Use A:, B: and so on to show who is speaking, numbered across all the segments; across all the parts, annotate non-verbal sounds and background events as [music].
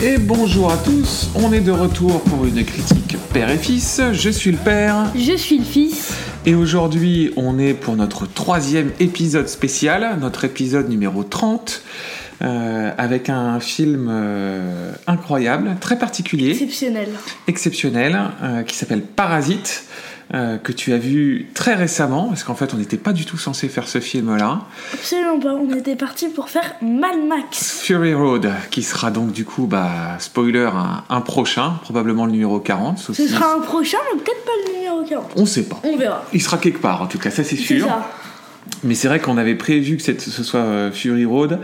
A: Et bonjour à tous, on est de retour pour une critique père et fils. Je suis le père
B: Je suis le fils.
A: et aujourd'hui on est pour notre troisième épisode spécial, notre épisode numéro 30, euh, avec un film euh, incroyable, très particulier,
B: Exceptionnel.
A: exceptionnel, euh, qui s'appelle Parasite. euh, que tu as vu très récemment, parce qu'en fait on n'était pas du tout censé faire ce film-là.
B: Absolument pas. On était parti pour faire Mad Max.
A: Fury Road, qui sera donc du coup, bah, spoiler, un, un prochain, probablement le numéro 40. sauf
B: Ce
A: si-
B: sera un prochain, mais peut-être pas le numéro 40.
A: On sait pas.
B: On verra.
A: Il sera quelque part, en tout cas, ça c'est
B: C'est
A: sûr.
B: ça.
A: Mais c'est vrai qu'on avait prévu que cette- ce soit euh, Fury Road.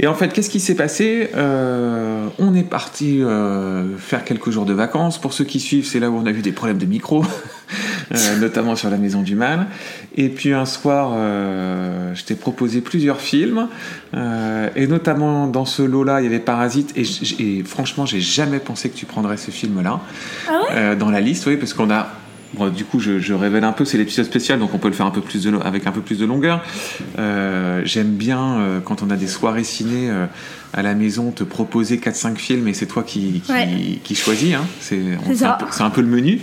A: Et en fait, qu'est-ce qui s'est passé Euh, On est parti euh, faire quelques jours de vacances. Pour ceux qui suivent, c'est là où on a eu des problèmes de micro, euh, notamment sur la Maison du Mal. Et puis un soir, euh, je t'ai proposé plusieurs films, Euh, et notamment dans ce lot-là, il y avait Parasite. Et, j- et franchement, j'ai jamais pensé que tu prendrais ce film-là
B: Ah ouais
A: Euh, dans la liste, oui, parce qu'on a Bon, du coup, je, je révèle un peu, c'est l'épisode spécial, donc on peut le faire un peu plus de, lo- avec un peu plus de longueur. Euh, J'aime bien euh, quand on a des soirées ciné euh, à la maison, te proposer 4-5 films et c'est toi qui, qui,
B: Ouais.
A: qui choisis. hein. C'est on-
B: C'est
A: c'est un,
B: ça.
A: peu- c'est un peu le menu.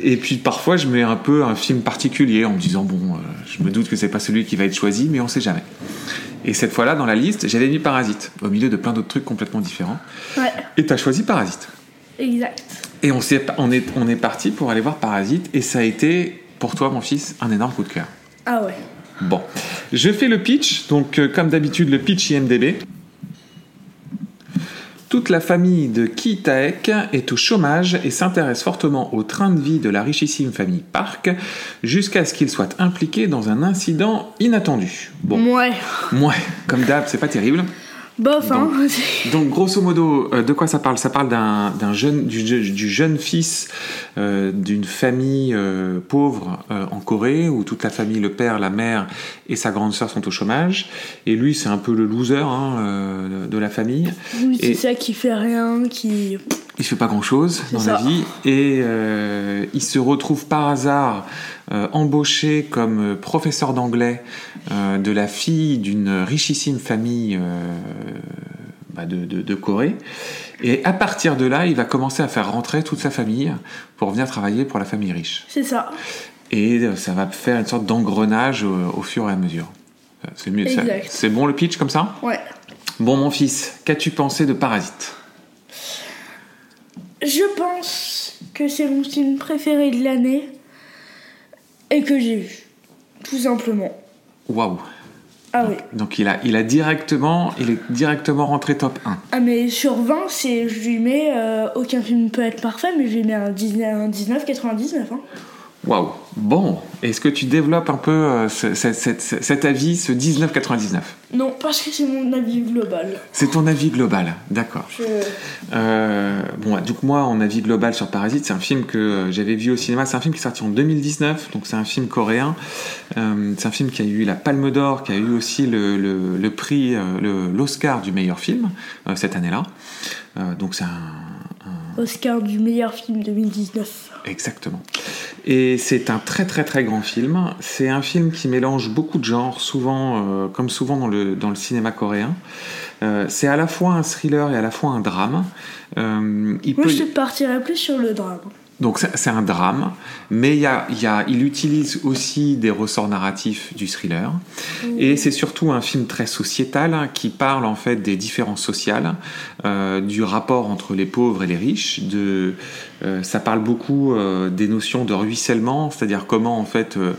A: Et puis parfois, je mets un peu un film particulier en me disant bon, euh, je me doute que c'est pas celui qui va être choisi, mais on sait jamais. Et cette fois-là, dans la liste, j'avais mis Parasite au milieu de plein d'autres trucs complètement différents.
B: Ouais,
A: Et t'as choisi Parasite.
B: exact.
A: Et on, s'est- on est, on est parti pour aller voir Parasite, et ça a été, pour toi, mon fils, un énorme coup de cœur.
B: Ah ouais.
A: Bon, je fais le pitch, donc euh, comme d'habitude, le pitch IMDB. Toute la famille de Ki Taek est au chômage et s'intéresse fortement au train de vie de la richissime famille Park, jusqu'à ce qu'il soit impliqué dans un incident inattendu. Bon,
B: Ouais.
A: moi, comme d'hab, c'est pas terrible.
B: Bof, hein.
A: Donc, grosso modo, euh, de quoi ça parle Ça parle d'un d'un jeune, du, je- du jeune fils euh, d'une famille euh, pauvre euh, en Corée, où toute la famille, le père, la mère et sa grande sœur sont au chômage. Et lui, c'est un peu le loser hein, euh, de la famille.
B: [laughs] Oui,
A: Et-
B: c'est ça qui fait rien, qui.
A: Il fait pas grand chose dans
B: C'est
A: la
B: ça.
A: vie et euh, il se retrouve par hasard euh, embauché comme euh, professeur d'anglais euh, de la fille d'une richissime famille euh, bah, de, de- de Corée. Et à partir de là, il va commencer à faire rentrer toute sa famille pour venir travailler pour la famille riche.
B: C'est ça.
A: Et euh, ça va faire une sorte d'engrenage euh, au, fur et à mesure. Euh, C'est mieux. ça-
B: Exact.
A: C'est bon le pitch comme ça
B: Ouais.
A: Bon mon fils, qu'as-tu pensé de Parasite
B: Je pense que c'est mon film préféré de l'année et que j'ai vu. Tout simplement.
A: Waouh
B: Ah oui.
A: Donc il a, il a directement, il est directement rentré top 1.
B: Ah mais sur 20, c'est, je lui mets, euh, aucun film peut être parfait, mais je lui mets un 19, un 19,99. Hein.
A: Waouh. Bon, est-ce que tu développes un peu euh, ce- ce- ce- ce- cet avis, ce 19,99
B: Non, parce que c'est mon avis global.
A: C'est ton avis global, d'accord.
B: Je-
A: Euh, bon, donc moi, en avis global sur Parasite, c'est un film que euh, j'avais vu au cinéma. C'est un film qui est sorti en 2019, donc c'est un film coréen. Euh, c'est un film qui a eu la Palme d'Or, qui a eu aussi le, le- le prix, euh, le- l'Oscar du meilleur film euh, cette année-là. Euh, donc c'est un,
B: Oscar du meilleur film 2019.
A: Exactement. Et c'est un très très très grand film. C'est un film qui mélange beaucoup de genres, souvent, euh, comme souvent dans le, dans le cinéma coréen. Euh, c'est à la fois un thriller et à la fois un drame. Euh, il
B: Moi,
A: peut-
B: je te partirais plus sur le drame.
A: Donc c'est c'est un drame, mais il, y a, il y a- il utilise aussi des ressorts narratifs du thriller. Et c'est surtout un film très sociétal hein, qui parle en fait des différences sociales, euh, du rapport entre les pauvres et les riches. De, euh, ça parle beaucoup euh, des notions de ruissellement, c'est-à-dire comment en fait euh,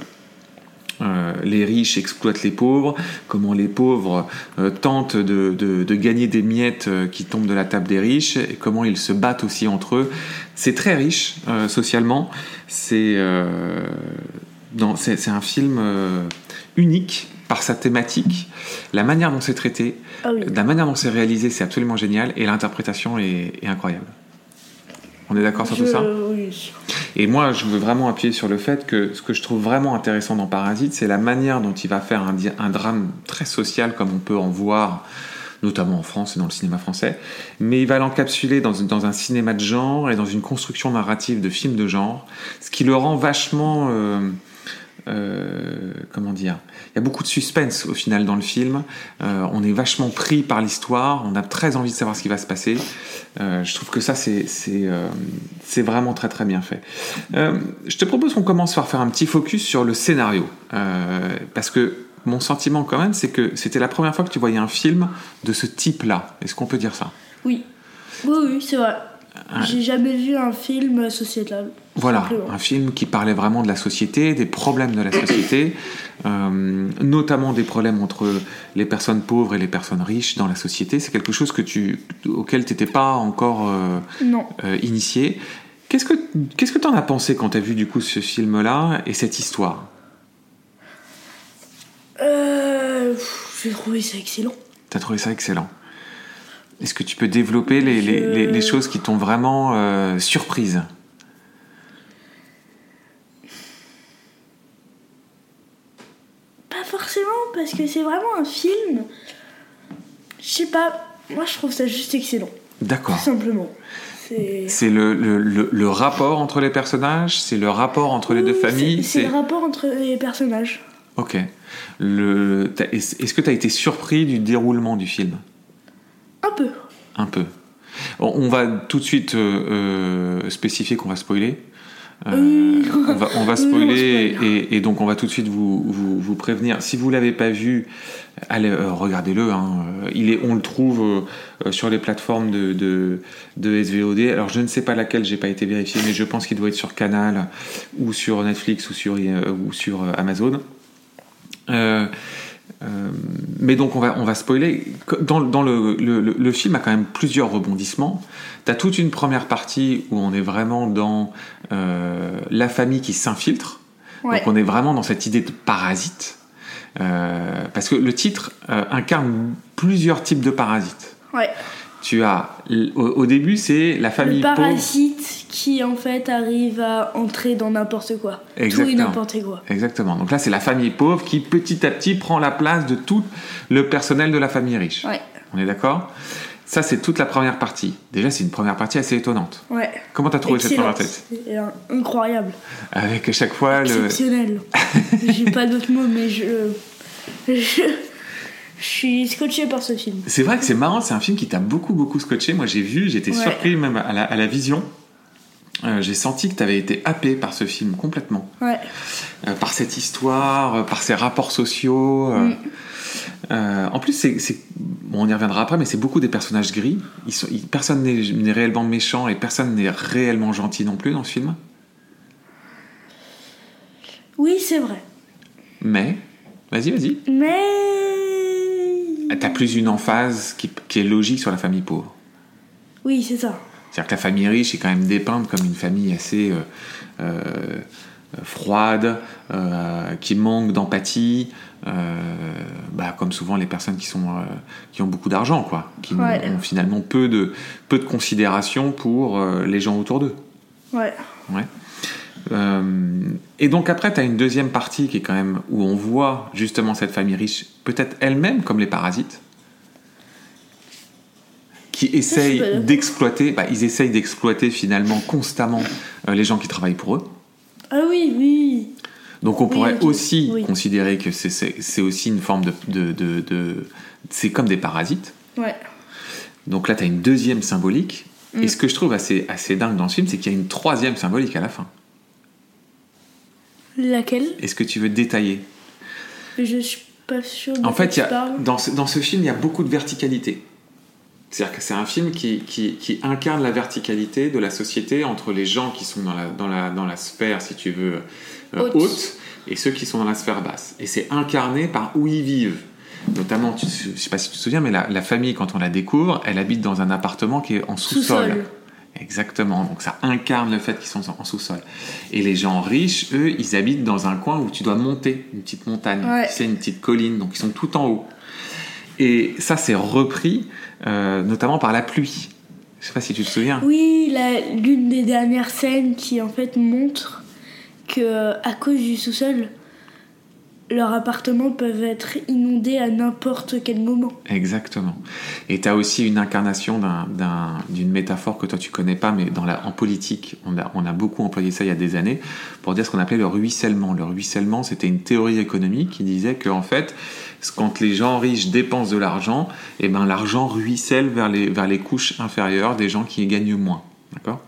A: euh, les riches exploitent les pauvres, comment les pauvres euh, tentent de, de- de gagner des miettes euh, qui tombent de la table des riches, et comment ils se battent aussi entre eux. C'est très riche euh, socialement. C'est euh, dans- c'est c'est un film euh, unique par sa thématique, la manière dont c'est traité,
B: Ah oui.
A: la manière dont c'est réalisé, c'est absolument génial, et l'interprétation est, est incroyable. On est d'accord sur
B: Je-
A: tout ça
B: oui.
A: et moi, je veux vraiment appuyer sur le fait que ce que je trouve vraiment intéressant dans Parasite, c'est la manière dont il va faire un, di- un drame très social, comme on peut en voir, notamment en France et dans le cinéma français. Mais il va l'encapsuler dans, dans un cinéma de genre et dans une construction narrative de films de genre, ce qui le rend vachement euh, euh, comment dire Il y a beaucoup de suspense au final dans le film. Euh, on est vachement pris par l'histoire. On a très envie de savoir ce qui va se passer. Euh, je trouve que ça, c'est c'est, euh, c'est vraiment très très bien fait. Euh, je te propose qu'on commence par faire un petit focus sur le scénario, Euh, parce que mon sentiment quand même, c'est que c'était la première fois que tu voyais un film de ce type-là. Est-ce qu'on peut dire ça
B: Oui. Oui, oui, c'est vrai. J'ai jamais vu un film sociétal.
A: Voilà,
B: Simplement.
A: un film qui parlait vraiment de la société, des problèmes de la société, euh, notamment des problèmes entre les personnes pauvres et les personnes riches dans la société. C'est quelque chose que tu, auquel tu n'étais pas encore euh,
B: Non.
A: euh, initié. Qu'est-ce que qu'est-ce que t'en as pensé quand t'as vu du coup ce film-là et cette histoire
B: Euh, pff, J'ai trouvé ça excellent.
A: T'as trouvé ça excellent. Est-ce que tu peux développer les, les- les- les
B: Je-
A: choses qui t'ont vraiment euh, surprise
B: Pas forcément, parce que c'est vraiment un film. Je sais pas. Moi, je trouve ça juste excellent. Tout
A: D'accord.
B: simplement. C'est.
A: C'est le, le- le- le rapport entre les personnages, c'est le rapport entre les deux
B: Oui, c'est-
A: familles.
B: C'est le rapport entre les personnages.
A: Ok. Le... t'as- Est-ce est-ce que tu as été surpris du déroulement du film
B: Un peu.
A: Un peu. On, on va tout de suite euh, euh, spécifier qu'on va spoiler. Euh,
B: Oui.
A: on, va, on va
B: Oui, on
A: spoiler
B: spoil.
A: et, et donc on va tout de suite vous, vous, vous prévenir. Si vous l'avez pas vu, allez euh, regardez-le. hein. Euh, Il est, on le trouve euh, euh, sur les plateformes de, de, de SVOD. Alors je ne sais pas laquelle, j'ai pas été vérifié, mais je pense qu'il doit être sur Canal ou sur Netflix ou sur euh, ou sur euh, Amazon. Euh, euh, mais donc on va, on va spoiler. Dans, dans le, le- le- le film a quand même plusieurs rebondissements. T'as toute une première partie où on est vraiment dans euh, la famille qui s'infiltre. [laughs]
B: Ouais.
A: Donc on est vraiment dans cette idée de parasite. Euh, parce que le titre euh, incarne plusieurs types de parasites.
B: ouais.
A: Tu as, l- au, au début, c'est la famille
B: Le
A: pauvre.
B: parasite qui en fait arrive à entrer dans n'importe quoi. Tout et
A: Exactement.
B: n'importe quoi.
A: Exactement. Donc là, c'est la famille pauvre qui petit à petit prend la place de tout le personnel de la famille riche.
B: Ouais.
A: On est d'accord Ça, c'est toute la première partie. Déjà, c'est une première partie assez étonnante.
B: Ouais.
A: Comment t'as trouvé
B: Excellent.
A: cette
B: C'est, euh, incroyable.
A: première partie Avec à chaque fois le. [laughs]
B: Exceptionnel. J'ai pas d'autres mots, mais je. Je. Je suis scotché par ce film.
A: C'est vrai que c'est marrant, c'est un film qui t'a beaucoup, beaucoup scotché. Moi, j'ai vu, j'étais
B: Ouais.
A: surpris même à la, à la vision. Euh, j'ai senti que t'avais été happé par ce film complètement.
B: Ouais.
A: Euh, par cette histoire, euh, par ces rapports sociaux. euh.
B: Mm.
A: Euh, en plus, c'est, c'est- bon, on y reviendra après, mais c'est beaucoup des personnages gris. Ils sont- ils- personne n'est, n'est réellement méchant et personne n'est réellement gentil non plus dans ce film.
B: Oui, c'est vrai.
A: Mais, vas-y, vas-y.
B: Mais.
A: T'as plus une emphase qui, qui est logique sur la famille pauvre.
B: Oui, c'est ça.
A: C'est-à-dire que la famille riche est quand même dépeinte comme une famille assez euh, euh, euh, froide, euh, qui manque d'empathie, euh, bah, comme souvent les personnes qui, sont, euh, qui ont beaucoup d'argent, quoi, qui n'ont-
B: Ouais.
A: ont finalement peu de, peu de considération pour euh, les gens autour d'eux.
B: Ouais.
A: Ouais. Euh, et donc après, tu as une deuxième partie qui est quand même où on voit justement cette famille riche, peut-être elle-même comme les parasites, qui
B: suis pas
A: essayent
B: d'accord.
A: d'exploiter, bah, ils essayent d'exploiter finalement constamment euh, les gens qui travaillent pour eux.
B: Ah oui, oui.
A: Donc on
B: Oui,
A: pourrait
B: ok.
A: aussi
B: Oui.
A: considérer que c'est- c'est c'est aussi une forme de... de, de- de- c'est comme des parasites.
B: Ouais.
A: Donc là, tu as une deuxième symbolique.
B: Mm.
A: Et ce que je trouve assez, assez dingue dans ce film, c'est qu'il y a une troisième symbolique à la fin.
B: Laquelle
A: Est-ce que tu veux détailler
B: Je suis pas sûre de
A: En
B: quoi
A: fait, il y
B: tu
A: a,
B: parles.
A: dans, ce, dans ce film, il y a beaucoup de verticalité. C'est-à-dire que c'est un film qui, qui- qui incarne la verticalité de la société entre les gens qui sont dans la, dans la- dans la sphère, si tu veux, euh,
B: Haute.
A: haute, et ceux qui sont dans la sphère basse. Et c'est incarné par où ils vivent. Notamment, tu- je ne sais pas si tu te souviens, mais la, la famille, quand on la découvre, elle habite dans un appartement qui est en sous-sol.
B: Sous-sol.
A: Exactement, donc ça incarne le fait qu'ils sont en en sous-sol. Et les gens riches, eux, ils habitent dans un coin où tu dois monter, une petite montagne,
B: Ouais.
A: c'est une petite colline, donc ils sont tout en haut. Et ça, c'est repris euh, notamment par la pluie. Je sais pas si tu te souviens.
B: Oui, la- l'une des dernières scènes qui en fait montre que à cause du sous-sol, leurs appartements peuvent être inondés à n'importe quel moment.
A: Exactement. Et tu as aussi une incarnation d'un- d'un- d'une métaphore que toi tu connais pas, mais dans la, en politique, on a, on a beaucoup employé ça il y a des années pour dire ce qu'on appelait le ruissellement. Le ruissellement, c'était une théorie économique qui disait que en fait, c- quand les gens riches dépensent de l'argent, eh ben l'argent ruisselle vers les, vers les couches inférieures des gens qui gagnent moins. D'accord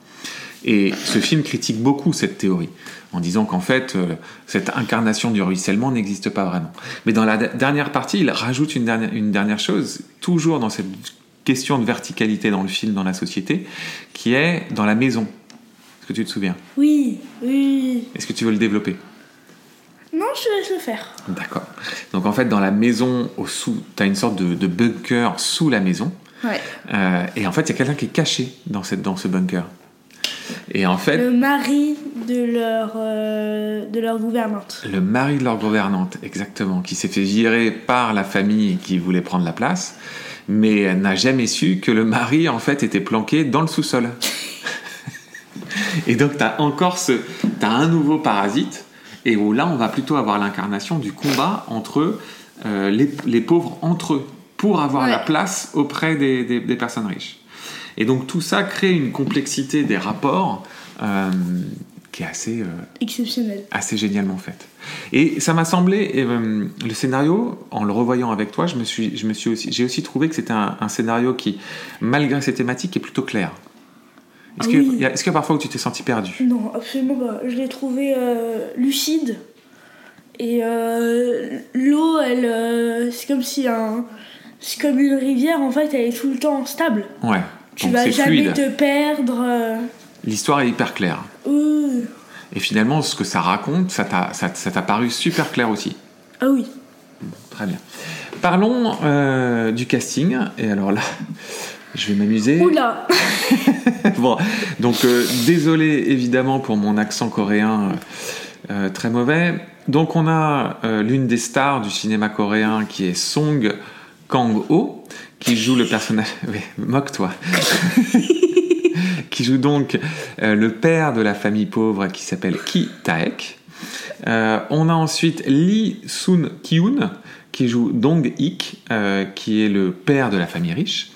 A: et ce film critique beaucoup cette théorie, en disant qu'en fait, euh, cette incarnation du ruissellement n'existe pas vraiment. Mais dans la de- dernière partie, il rajoute une dernière, une dernière chose, toujours dans cette question de verticalité dans le film, dans la société, qui est dans la maison. Est-ce que tu te souviens
B: Oui, oui.
A: Est-ce que tu veux le développer
B: Non, je te laisse le faire.
A: D'accord. Donc en fait, dans la maison, au sous, tu as une sorte de, de bunker sous la maison,
B: Ouais.
A: euh, et en fait, il y a quelqu'un qui est caché dans, cette, dans ce bunker. Et en fait,
B: Le mari de leur, euh, de leur gouvernante.
A: Le mari de leur gouvernante, exactement, qui s'est fait virer par la famille qui voulait prendre la place, mais elle n'a jamais su que le mari, en fait, était planqué dans le sous-sol. et donc, tu as encore ce. Tu un nouveau parasite, et où là, on va plutôt avoir l'incarnation du combat entre euh, les, les pauvres entre eux, pour avoir
B: Ouais.
A: la place auprès des- des- des personnes riches. Et donc, tout ça crée une complexité des rapports euh, qui est assez. euh,
B: Exceptionnel.
A: assez génialement faite. Et ça m'a semblé, euh, le scénario, en le revoyant avec toi, je me suis, je me suis aussi, j'ai aussi trouvé que c'était un, un scénario qui, malgré ses thématiques, est plutôt clair. Est-ce
B: Ah
A: que-
B: oui.
A: y a- est-ce que parfois où tu t'es senti perdu
B: Non, absolument pas. Je l'ai trouvé euh, lucide. Et euh, l'eau, elle, euh, c'est comme si un, c'est comme une rivière. En fait, elle est tout le temps stable.
A: Ouais.
B: Tu
A: Donc
B: vas
A: c'est
B: jamais
A: fluide.
B: te perdre. euh,
A: L'histoire est hyper claire.
B: euh.
A: Et finalement, ce que ça raconte, ça t'a, ça, ça t'a paru super clair aussi.
B: Ah oui.
A: Très bien. Parlons euh, du casting. Et alors là, [laughs] je vais m'amuser.
B: Oula.
A: Bon, donc euh, désolé évidemment pour mon accent coréen euh, euh, très mauvais. Donc on a euh, l'une des stars du cinéma coréen qui est Song Kang-ho, qui joue le personnage... [laughs] Oui, moque-toi Qui joue donc euh, le père de la famille pauvre qui s'appelle Ki Taek. Euh, on a ensuite Lee Soon Kyun qui joue Dong Ik, euh, qui est le père de la famille riche.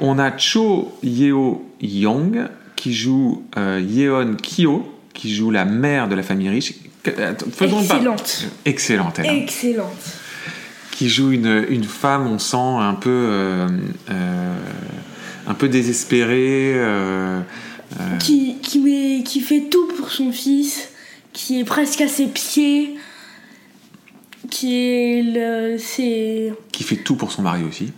A: On a Cho Yeo Young qui joue euh, Yeon Kyo, qui joue la mère de la famille riche. Que- attends, faisons pas-
B: Excellente.
A: Excellente, elle. hein.
B: Excellente.
A: Qui joue une, une femme, on sent, un peu, euh, euh, un peu désespérée. euh,
B: Qui, qui, met- qui fait tout pour son fils, qui est presque à ses pieds, qui est le. C'est.
A: qui fait tout pour son mari aussi.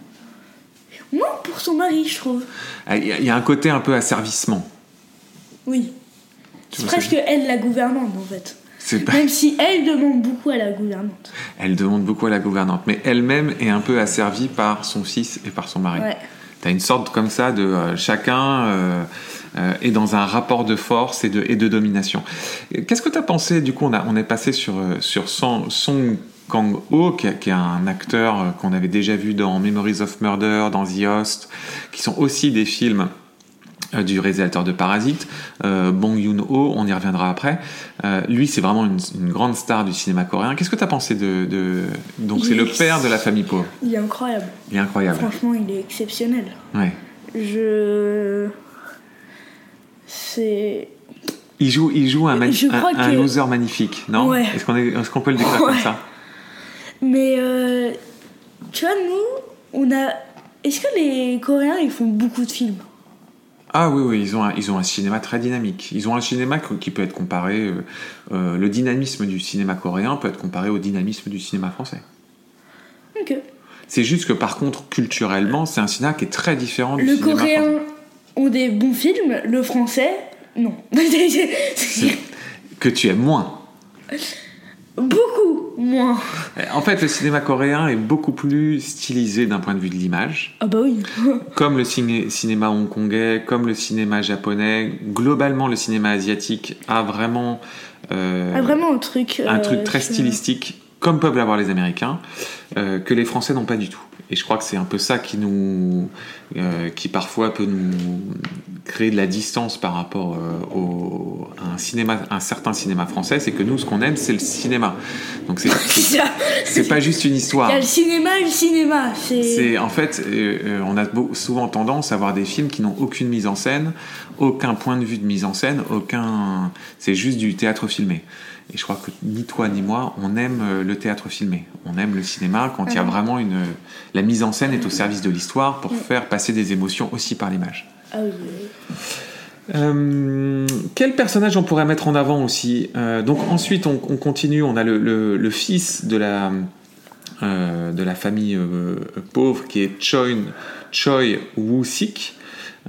B: Moins pour son mari, je trouve.
A: Ah, Il y, a- il y a un côté un peu asservissement.
B: Oui.
A: Tu
B: C'est
A: vois ce que
B: presque elle la gouvernante en fait.
A: C'est pas- [laughs]
B: Même si elle demande beaucoup à la gouvernante.
A: Elle demande beaucoup à la gouvernante, mais elle-même est un peu asservie par son fils et par son mari.
B: Ouais.
A: T'as une sorte comme ça de euh, chacun euh, euh, est dans un rapport de force et de, et de domination. Et Qu'est-ce que t'as pensé Du coup, on, a, on est passé sur, euh, sur Song, Song Kang-ho, qui, est- qui est un acteur euh, qu'on avait déjà vu dans Memories of Murder, dans The Host, qui sont aussi des films euh, du réalisateur de Parasite, euh, Bong Joon-ho, on y reviendra après. Euh, lui, c'est vraiment une, une grande star du cinéma coréen. Qu'est-ce que t'as pensé de... de... Donc, c'est
B: Il
A: le
B: est-
A: père de la famille pauvre.
B: Il est incroyable.
A: Il est incroyable.
B: Franchement, il est exceptionnel.
A: Ouais.
B: Je. C'est.
A: Il joue, il joue un, mani-
B: Je
A: un,
B: crois
A: un
B: que-
A: loser magnifique, non
B: Ouais.
A: Est-ce qu'on est, est-ce qu'on peut le décrire comme
B: Ouais.
A: ça
B: Mais euh, tu vois, nous, on a. Est-ce que les Coréens, ils font beaucoup de films
A: Ah oui, oui, ils ont, un, ils ont un cinéma très dynamique. Ils ont un cinéma que- qui peut être comparé. euh, euh, le dynamisme du cinéma coréen peut être comparé au dynamisme du cinéma français.
B: Ok.
A: C'est juste que par contre, culturellement, c'est un cinéma qui est très différent du
B: Le
A: cinéma français.
B: Coréen ont des bons films, le Français, non. [laughs]
A: Que tu aimes moins.
B: beaucoup moins.
A: En fait, le cinéma coréen est beaucoup plus stylisé d'un point de vue de l'image.
B: Ah bah oui.
A: comme le ciné- cinéma hongkongais, comme le cinéma japonais, globalement le cinéma asiatique a vraiment, euh,
B: Ah, vraiment un truc.
A: un
B: euh,
A: truc très
B: sur-
A: stylistique, comme peuvent l'avoir les Américains, euh, que les Français n'ont pas du tout. Et je crois que c'est un peu ça qui nous, euh, qui parfois peut nous créer de la distance par rapport euh, au, à un, cinéma, un certain cinéma français, c'est que nous, ce qu'on aime, c'est le cinéma. Donc c'est- c'est
B: Ça.
A: c'est pas juste une
B: [laughs] Il
A: histoire.
B: y a le cinéma et le cinéma. C'est.
A: C'est en fait, euh, euh, on a beau- souvent tendance à voir des films qui n'ont aucune mise en scène, aucun point de vue de mise en scène, aucun. C'est juste du théâtre filmé. Et je crois que ni toi ni moi, on aime euh, le théâtre filmé. On aime le cinéma quand il y a
B: Mhm.
A: vraiment une. La mise en scène est au service de l'histoire pour faire passer des émotions aussi par l'image.
B: Ah oui, oui.
A: Euh, quel personnage on pourrait mettre en avant aussi Euh, Donc ensuite, on, on continue. On a le, le- le fils de la euh, de la famille euh, pauvre qui est Choi Choi Woo Sik.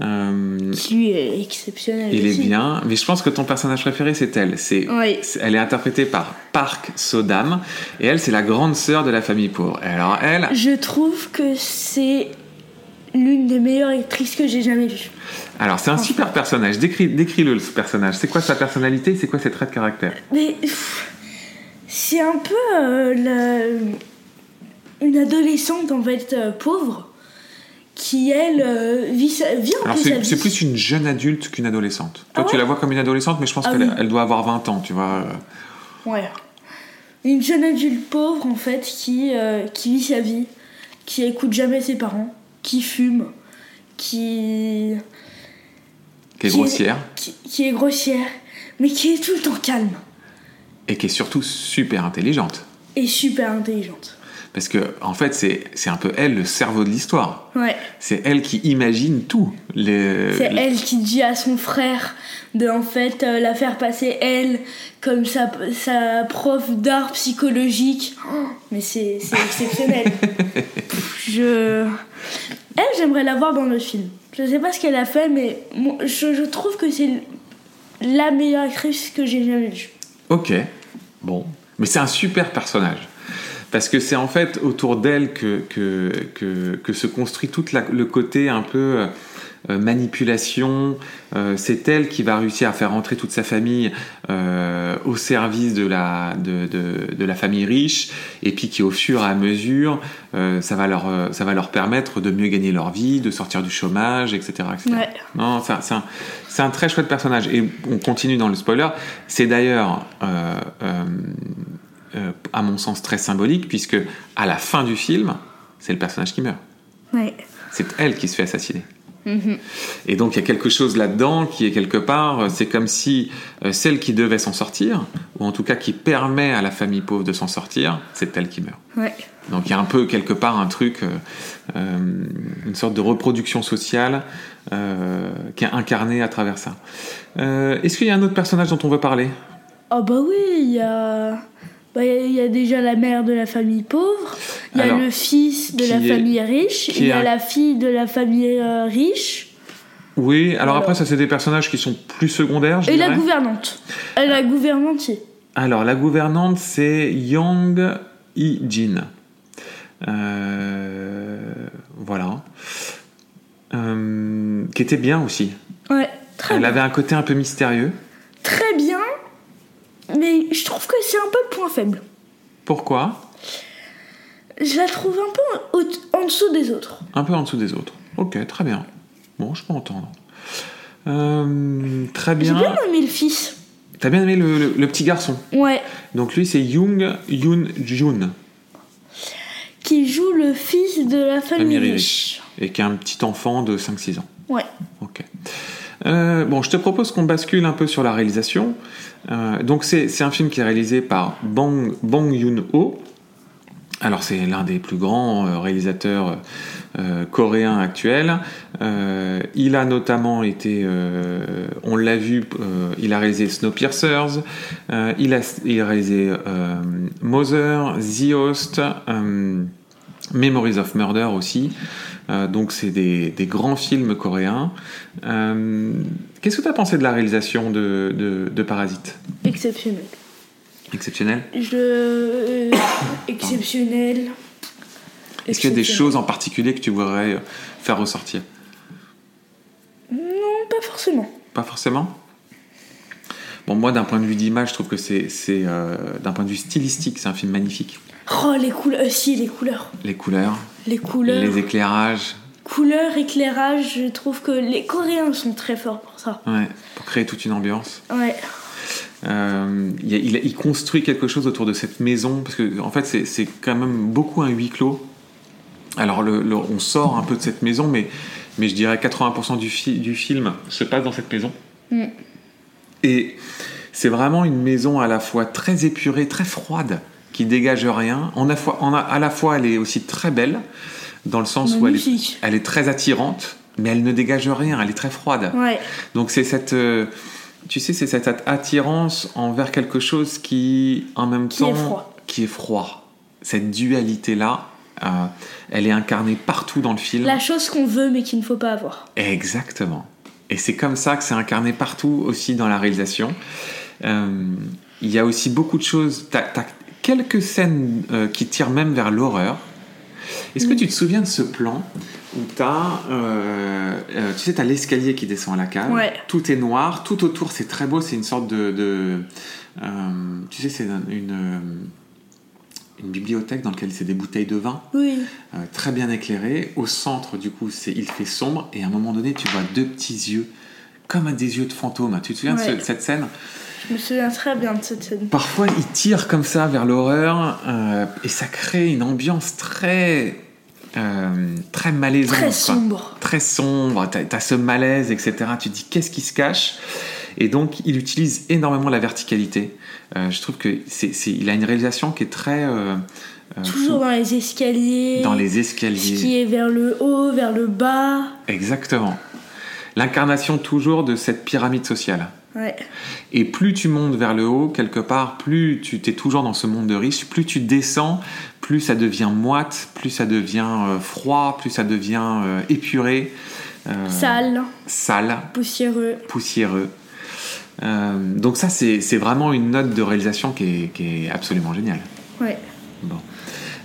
A: Euh,
B: Qui, lui est exceptionnel.
A: il est
B: aussi.
A: bien, mais je pense que ton personnage préféré c'est elle. C'est
B: Oui.
A: c'est- elle est interprétée par Park Sodam et elle c'est la grande sœur de la famille pauvre. Et alors elle,
B: Je trouve que c'est l'une des meilleures actrices que j'ai jamais vues.
A: alors c'est un super personnage. Décris décris le ce personnage. C'est quoi sa personnalité C'est quoi ses traits de caractère
B: Mais pff, c'est un peu euh, la- une adolescente en fait euh, pauvre qui elle euh, vit, sa... vit un
A: Alors
B: peu sa
A: c'est
B: vie.
A: c'est plus une jeune adulte qu'une adolescente. Toi
B: Ah
A: tu la vois comme une adolescente, mais je pense
B: Ah
A: qu'elle
B: oui.
A: elle doit avoir 20 ans, tu vois. euh,
B: Ouais. Une jeune adulte pauvre en fait qui, euh, qui vit sa vie, qui écoute jamais ses parents, qui fume, qui
A: Qui est
B: Qui-
A: grossière
B: qui, qui est grossière, mais qui est tout le temps calme
A: et qui est surtout super intelligente.
B: et super intelligente.
A: Parce que en fait c'est c'est un peu elle le cerveau de l'histoire.
B: Ouais.
A: C'est elle qui imagine tout. Les-
B: C'est
A: les-
B: elle qui dit à son frère de en fait euh, la faire passer elle comme sa, sa prof d'art psychologique. Oh, mais c'est c'est exceptionnel. je elle j'aimerais la voir dans le film. Je sais pas ce qu'elle a fait mais moi, je, je trouve que c'est la meilleure actrice que j'ai jamais vue.
A: Ok, bon. Mais c'est un super personnage. Parce que c'est en fait autour d'elle que, que, que, que se construit tout le côté un peu euh, manipulation. Euh, c'est elle qui va réussir à faire entrer toute sa famille euh, au service de la, de, de- de la famille riche. Et puis qui, au fur et à mesure, euh, ça, va leur, euh, ça va leur permettre de mieux gagner leur vie, de sortir du chômage, etc. etc.
B: Ouais.
A: Non, c'est un, c'est un- c'est un très chouette personnage. Et on continue dans le spoiler. C'est d'ailleurs, euh, euh, euh, à mon sens, très symbolique, puisque à la fin du film, c'est le personnage qui meurt.
B: Ouais.
A: C'est elle qui se fait assassiner.
B: Mhm.
A: Et donc il y a quelque chose là-dedans qui est quelque part, euh, c'est comme si euh, celle qui devait s'en sortir, ou en tout cas qui permet à la famille pauvre de s'en sortir, c'est elle qui meurt.
B: Ouais.
A: Donc il y a un peu quelque part un truc, euh, euh, une sorte de reproduction sociale euh, qui est incarnée à travers ça. Euh, Est-ce qu'il y a un autre personnage dont on veut parler
B: Oh bah oui, il y a bah, il y a- il y a déjà la mère de la famille pauvre, il y a
A: Alors,
B: le fils de
A: qui
B: la
A: est-
B: famille riche,
A: qui
B: il y
A: est
B: a
A: un-
B: la fille de la famille euh, riche
A: Oui, alors
B: Alors.
A: après ça c'est des personnages qui sont plus secondaires. Je
B: et la
A: dirais.
B: gouvernante. Et la gouvernante. si.
A: Alors la gouvernante c'est Yang Yi-jin. Euh, voilà. Euh, qui était bien aussi.
B: Ouais, très
A: Elle
B: bien.
A: avait un côté un peu mystérieux.
B: Très bien. Mais je trouve que c'est un peu le point faible.
A: Pourquoi
B: Je la trouve un peu au- en dessous des autres.
A: Un peu en dessous des autres. Ok, très bien. Bon, je peux entendre. Euh, très
B: J'ai
A: bien.
B: bien aimé le fils.
A: T'as bien aimé le, le- le petit garçon.
B: Ouais,
A: Donc lui, c'est Young Yoon Jun,
B: qui joue le fils de la famille,
A: Famille
B: riche.
A: et qui est un petit enfant de 5-6 ans.
B: Ouais.
A: Ok. Euh, bon, je te propose qu'on bascule un peu sur la réalisation. Euh, donc c'est c'est un film qui est réalisé par Bang, Bang Yoon-ho. Alors c'est l'un des plus grands euh, réalisateurs euh, coréens actuels. Euh, il a notamment été, euh, on l'a vu, euh, il a réalisé Snowpiercers, euh, il, a, il a réalisé euh, Mother, The Host, euh, Memories of Murder aussi. Euh, donc c'est des, des grands films coréens. Euh, Qu'est-ce que tu as pensé de la réalisation de, de, de Parasite
B: Exceptionnel.
A: Exceptionnel.
B: Je. euh, [coughs] exceptionnel.
A: Est-ce qu'il y a des
B: Exceptionnel.
A: choses en particulier que tu voudrais euh, faire ressortir
B: Non, pas forcément.
A: Pas forcément Bon, moi, d'un point de vue d'image, je trouve que c'est, c'est, euh, d'un point de vue stylistique, c'est un film magnifique.
B: Oh, les couleurs. euh, si, les couleurs.
A: Les couleurs,
B: Les couleurs.
A: les éclairages,
B: couleur, éclairage, je trouve que les Coréens sont très forts pour ça.
A: Ouais, pour créer toute une ambiance.
B: Ouais.
A: Euh, il, y a- il a- il construit quelque chose autour de cette maison, parce que en fait, c'est- c'est quand même beaucoup un huis clos. Alors, le- le- on sort un peu de cette maison, mais, mais je dirais 80% du, fi- du film se passe dans cette maison.
B: Mm.
A: Et c'est vraiment une maison à la fois très épurée, très froide, qui dégage rien. En a fois- en a- à la fois, elle est aussi très belle, dans le sens où elle est,
B: Magnifique.
A: elle est très attirante, mais elle ne dégage rien, elle est très froide.
B: Ouais.
A: Donc c'est cette, euh, tu sais, c'est cette at- attirance envers quelque chose qui, en même
B: Qui
A: temps,
B: est froid.
A: qui est froid. Cette dualité là, elle est incarnée partout dans le film.
B: La chose qu'on veut mais qu'il ne faut pas avoir.
A: Exactement. Et c'est comme ça que c'est incarné partout aussi dans la réalisation. Euh, Il y a aussi beaucoup de choses. T'as t'as quelques scènes euh, qui tirent même vers l'horreur. Est-ce que
B: Oui.
A: tu te souviens de ce plan où t'as, euh, euh, tu sais, t'as l'escalier qui descend à la cave.
B: Ouais.
A: Tout est noir, tout autour c'est très beau, c'est une sorte de, de, euh, tu sais, c'est un- une, euh, une bibliothèque dans laquelle c'est des bouteilles de vin
B: Oui.
A: euh, très bien éclairé. Au centre, du coup, c'est il fait sombre et à un moment donné, tu vois deux petits yeux comme un des yeux de fantôme. Tu te souviens de ce-
B: Ouais.
A: de cette scène
B: Je me souviens très bien de cette scène.
A: Parfois, il tire comme ça vers l'horreur euh, et ça crée une ambiance très euh, très malaisante,
B: Très
A: quoi.
B: sombre.
A: Très sombre. T'as t'as ce malaise, etc. Tu te dis qu'est-ce qui se cache et donc, il utilise énormément la verticalité. Euh, je trouve que c'est, c'est- il a une réalisation qui est très euh, euh,
B: Toujours dans les escaliers.
A: dans les escaliers.
B: Ce qui est vers le haut, vers le bas.
A: Exactement. L'incarnation toujours de cette pyramide sociale.
B: Ouais.
A: Et plus tu montes vers le haut, quelque part, plus tu t'es toujours dans ce monde de riches, plus tu descends, plus ça devient moite, plus ça devient euh, froid, plus ça devient euh, épuré, euh,
B: Sale, hein.
A: sale,
B: poussiéreux.
A: poussiéreux. Euh, donc ça, c'est c'est vraiment une note de réalisation qui est, qui est absolument géniale.
B: Ouais.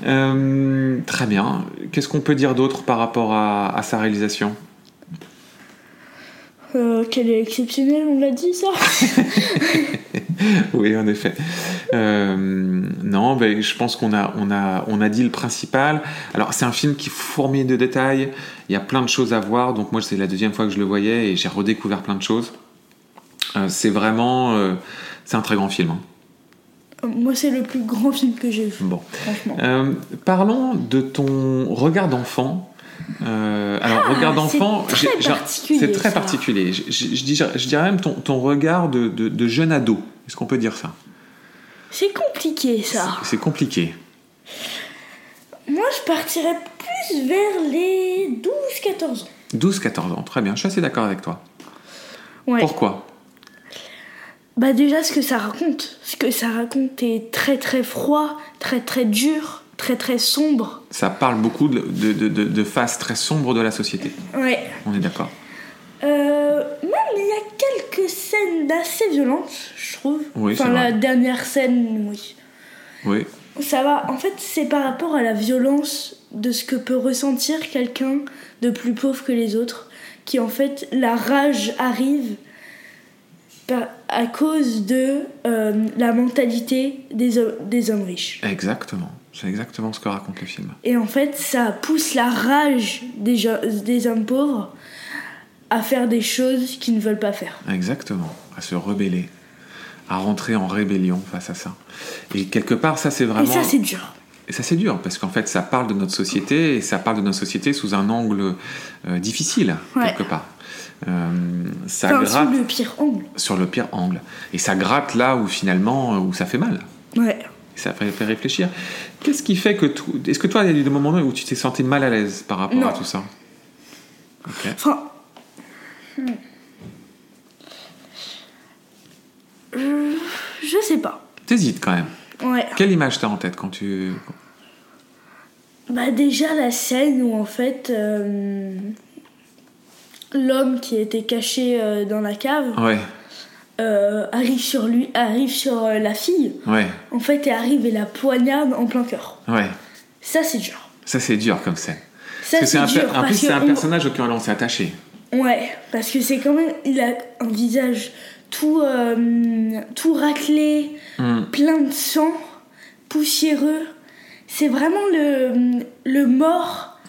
A: Euh, très bien. Qu'est-ce qu'on peut dire d'autre par rapport à- à sa réalisation
B: Euh, Qu'elle est exceptionnelle, on l'a dit ça
A: Oui, en effet. Euh, non, ben, je pense qu'on a, on a, on a dit le principal. Alors, c'est un film qui fourmille de détails. Il y a plein de choses à voir. Donc, moi, c'est la deuxième fois que je le voyais et j'ai redécouvert plein de choses. Euh, c'est vraiment. euh, c'est un très grand film. hein.
B: Euh, Moi, c'est le plus grand film que j'ai vu,
A: Bon.
B: franchement.
A: Euh, parlons de ton regard d'enfant. Euh, alors,
B: Ah,
A: regard
B: c'est
A: d'enfant,
B: très
A: j'ai- j'ai-
B: particulier,
A: c'est très
B: ça.
A: particulier. Je, je- je dirais, je dirais même ton, ton regard de, de- de jeune ado. Est-ce qu'on peut dire ça
B: C'est compliqué ça.
A: C'est compliqué.
B: Moi, je partirais plus vers les 12-14 ans.
A: 12-14 ans, très bien, je suis assez d'accord avec toi.
B: Ouais.
A: Pourquoi
B: Bah déjà ce que ça raconte, ce que ça raconte est très très froid, très très dur, très très sombre.
A: Ça parle beaucoup de, de, de- de- de faces très sombres de la société,
B: Ouais.
A: on est d'accord.
B: Euh, même il y a quelques scènes assez violentes, je trouve.
A: Oui,
B: enfin
A: c'est
B: la
A: vrai.
B: dernière scène, oui.
A: Oui,
B: Ça va. En fait, c'est par rapport à la violence de ce que peut ressentir quelqu'un de plus pauvre que les autres, qui en fait la rage arrive par- à cause de euh, la mentalité des ho- des hommes riches.
A: exactement. C'est exactement ce que raconte le film.
B: Et en fait, ça pousse la rage des, jo- des hommes pauvres à faire des choses qu'ils ne veulent pas faire.
A: Exactement, à se rebeller, à rentrer en rébellion face à ça. Et quelque part, ça c'est vraiment...
B: Et ça, c'est dur.
A: Et ça, c'est dur, parce qu'en fait, ça parle de notre société, et ça parle de notre société sous un angle euh, difficile,
B: Ouais.
A: quelque part. Euh, ça
B: Enfin,
A: gratte
B: sous le pire angle.
A: sur le pire angle. Et ça gratte là où finalement, euh, où ça fait mal.
B: Ouais.
A: Ça fait, fait réfléchir. Qu'est-ce qui fait que... tout- Est-ce que toi, il y a eu des moments où tu t'es senti mal à l'aise par rapport
B: Non.
A: à tout ça Ok.
B: Enfin. hmm. Je... Hmm. je sais pas.
A: T'hésites quand même.
B: Ouais.
A: Quelle image t'as en tête quand tu...
B: Bah, déjà, la scène où en fait. euh, L'homme qui était caché euh, dans la cave
A: Ouais,
B: euh, arrive sur lui, arrive sur euh, la fille.
A: ouais,
B: En fait, elle arrive et la poignarde en plein cœur.
A: ouais.
B: Ça, c'est dur.
A: Ça, c'est dur comme scène.
B: Ça,
A: Parce que
B: c'est
A: un, per-
B: dur.
A: en plus,
B: parce
A: c'est
B: que
A: un
B: on-
A: personnage auquel on s'est attaché.
B: Ouais, parce que c'est quand même. Il a un visage tout, euh, tout raclé,
A: Hmm.
B: plein de sang, poussiéreux. C'est vraiment le, le mort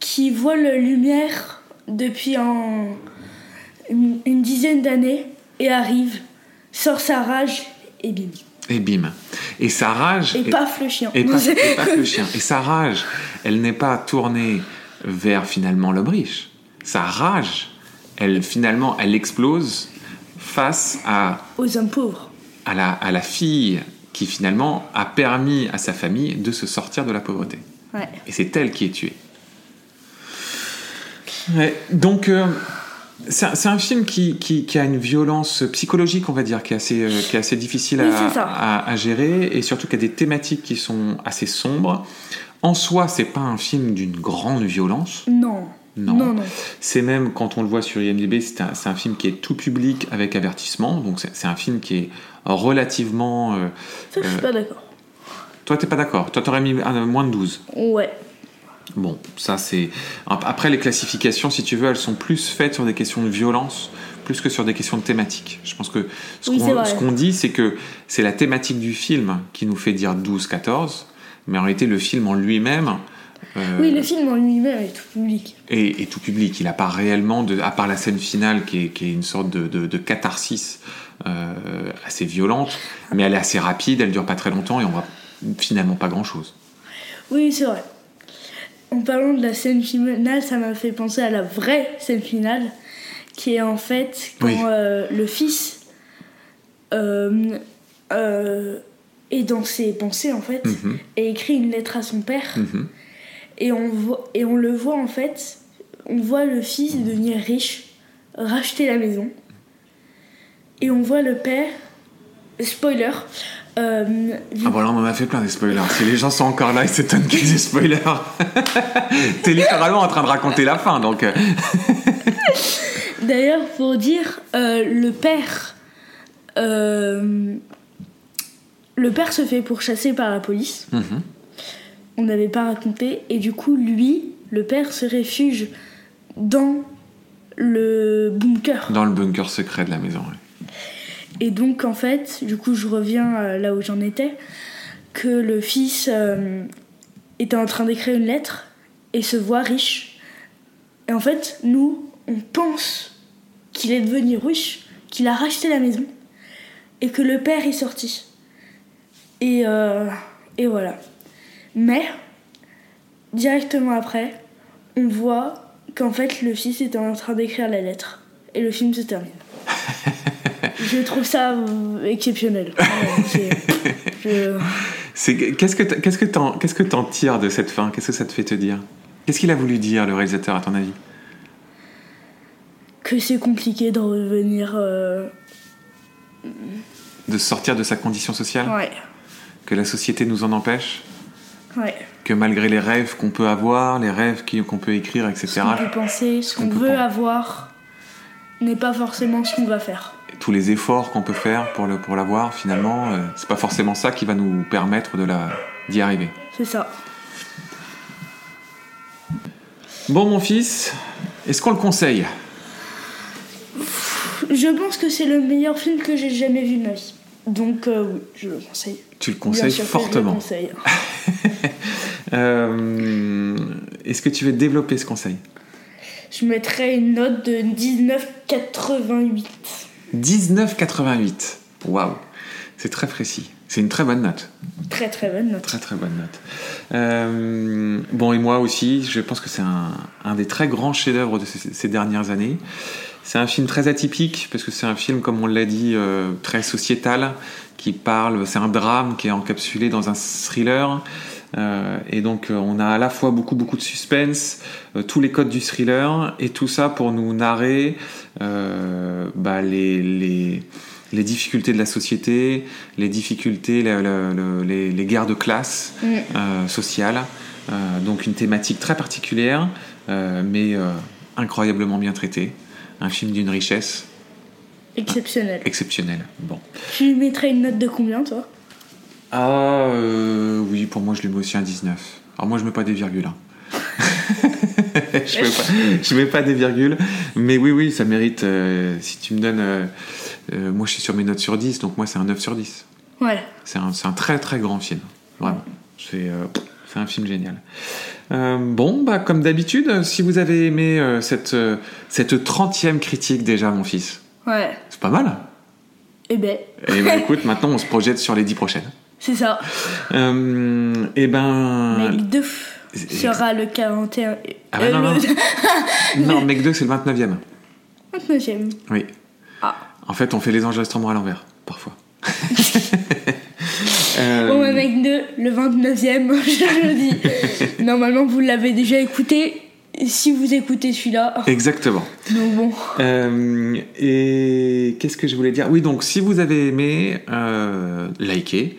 B: qui voit la lumière depuis un- une, une dizaine d'années et arrive, sort sa rage et bim.
A: Et bim. Et sa rage.
B: Et
A: est-
B: paf le chien.
A: et
B: [laughs]
A: paf- et paf le chien. Et sa rage, elle n'est pas tournée vers finalement l'homme riche. Sa rage, elle finalement, elle explose face à,
B: Aux hommes pauvres.
A: à, la, à la fille qui finalement a permis à sa famille de se sortir de la pauvreté.
B: Ouais.
A: Et c'est elle qui est tuée. Ouais, donc, euh, c'est un- c'est un film qui, qui- qui a une violence psychologique, on va dire, qui est assez, euh, qui est assez difficile
B: Oui,
A: à,
B: c'est ça.
A: à- à gérer, et surtout qui a des thématiques qui sont assez sombres. En soi, c'est pas un film d'une grande violence.
B: Non.
A: Non.
B: Non, non.
A: C'est même, quand on le voit sur IMDb, c'est un, c'est un film qui est tout public avec avertissement. Donc, c'est c'est un film qui est relativement. euh,
B: Ça, je suis
A: Euh.
B: pas d'accord.
A: Toi, t'es pas d'accord Toi, t'aurais mis euh, moins de 12.
B: Ouais.
A: Bon, ça c'est. Après, les classifications, si tu veux, elles sont plus faites sur des questions de violence, plus que sur des questions de thématique. Je pense que ce
B: Oui, c'est
A: qu'on
B: vrai.
A: ce qu'on dit, c'est que c'est la thématique du film qui nous fait dire 12, 14, mais en réalité, le film en lui-même. euh,
B: Oui, le film en lui-même est tout public.
A: et, et tout public. Il n'a pas réellement, de, à part la scène finale qui est, qui est une sorte de, de- de catharsis euh, assez violente, mais elle est assez rapide, elle dure pas très longtemps et on voit finalement pas grand-chose.
B: Oui, c'est vrai. En parlant de la scène finale, ça m'a fait penser à la vraie scène finale, qui est en fait quand
A: Oui.
B: euh, le fils euh, euh, est dans ses pensées en fait
A: Mhm,
B: et écrit une lettre à son père
A: mhm.
B: et on voit et on le voit en fait, on voit le fils devenir riche, racheter la maison et on voit le père, spoiler, euh,
A: Ah voilà, on m'en a fait plein des spoilers. Si les gens sont encore là, ils s'étonnent qu'il y ait des spoilers. [laughs] T'es littéralement en train de raconter la fin, donc... euh,
B: D'ailleurs, pour dire, euh, le père. euh, le père se fait pourchasser par la police.
A: mhm.
B: On n'avait pas raconté. Et du coup, lui, le père, se réfugie dans le bunker.
A: Dans le bunker secret de la maison. ouais.
B: Et donc, en fait, du coup, je reviens euh, là où j'en étais. Que le fils euh, était en train d'écrire une lettre et se voit riche. Et en fait, nous, on pense qu'il est devenu riche, qu'il a racheté la maison et que le père est sorti. Et, euh, et voilà. Mais, directement après, on voit qu'en fait, le fils était en train d'écrire la lettre. Et le film se termine. Je trouve ça
A: [laughs]
B: euh, exceptionnel. Ouais, c'est- je-
A: C'est- Qu'est-ce que t'as- qu'est-ce que t'en qu'est-ce que t'en tires de cette fin Qu'est-ce que ça te fait te dire Qu'est-ce qu'il a voulu dire, le réalisateur, à ton avis
B: que c'est compliqué de revenir. euh,
A: De sortir de sa condition sociale
B: Ouais,
A: Que la société nous en empêche
B: ouais.
A: Que malgré les rêves qu'on peut avoir, les rêves qui- qu'on peut écrire,
B: Ce
A: etc.,
B: qu'on peut penser, ce
A: qu'on
B: qu'on
A: peut
B: veut
A: penser.
B: avoir, n'est pas forcément ce qu'on va faire.
A: tous les efforts qu'on peut faire pour l'avoir, pour l'avoir, finalement, euh, c'est pas forcément ça qui va nous permettre de la- d'y arriver.
B: C'est ça.
A: Bon, mon fils, est-ce qu'on le conseille
B: Je pense que c'est le meilleur film que j'ai jamais vu de ma vie. Donc, euh, oui, je le conseille.
A: Tu le
B: Bien
A: conseilles
B: sûr que je le
A: fortement.
B: conseille.
A: Euh, est-ce que tu veux développer ce conseil
B: Je mettrais une note de 19,88.
A: 19,88. Waouh, c'est très précis. C'est une très bonne note.
B: Très très bonne note.
A: Très très bonne note. Euh, bon, et moi aussi, je pense que c'est un, un des très grands chefs-d'œuvre de ces, ces dernières années. C'est un film très atypique, parce que c'est un film, comme on l'a dit, euh, très sociétal, qui parle, c'est un drame qui est encapsulé dans un thriller. Euh, et donc, euh, on a à la fois beaucoup beaucoup de suspense, euh, tous les codes du thriller, et tout ça pour nous narrer euh, bah, les, les, les difficultés de la société, les difficultés, la- la- le- les, les guerres de classe
B: Mm.
A: euh, sociales. Euh, donc une thématique très particulière, euh, mais euh, incroyablement bien traitée. Un film d'une richesse
B: Exceptionnel.
A: exceptionnelle. Bon.
B: Tu lui mettrais une note de combien, toi
A: Ah euh, oui, pour moi je lui mets aussi un 19. Alors moi je mets pas des virgules. hein. [laughs] je, mets pas, je mets pas des virgules, mais oui oui ça mérite. euh, si tu me donnes, euh, euh, moi je suis sur mes notes sur 10, donc moi c'est un 9 sur 10.
B: Ouais.
A: C'est un, c'est un très très grand film, vraiment. C'est euh, C'est un film génial. Euh, bon, bah, comme d'habitude, si vous avez aimé euh, cette, euh, cette 30e critique déjà, mon fils,
B: Ouais.
A: c'est pas mal.
B: Eh ben.
A: Et bah, écoute, maintenant on se projette sur les 10 prochaines.
B: C'est ça.
A: Euh, et ben.
B: Mec 2
A: C'est-
B: sera le 41.
A: Ah
B: euh,
A: bah non, non. [laughs]
B: [laughs]
A: Non, Mec 2, c'est le 29e.
B: le 29e.
A: Oui.
B: Ah.
A: En fait, on fait les enregistrements à l'envers, parfois. [laughs] Euh,
B: Bon, bah, Mec 2, le 29e, [laughs] je le
A: [laughs]
B: dis. Normalement, vous l'avez déjà écouté. Si vous écoutez celui-là.
A: Exactement.
B: Donc bon.
A: Euh, et qu'est-ce que je voulais dire Oui, donc si vous avez aimé, euh, likez,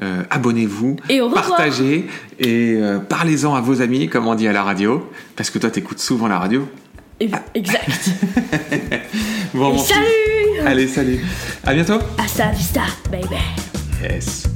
A: euh, abonnez-vous,
B: Et au revoir.
A: partagez et euh, parlez-en à vos amis, comme on dit à la radio, parce que toi t'écoutes souvent la radio.
B: Et- Exact.
A: Bon,
B: Et
A: mon fils.
B: salut
A: Allez, salut. À bientôt.
B: Hasta la vista, baby.
A: Yes.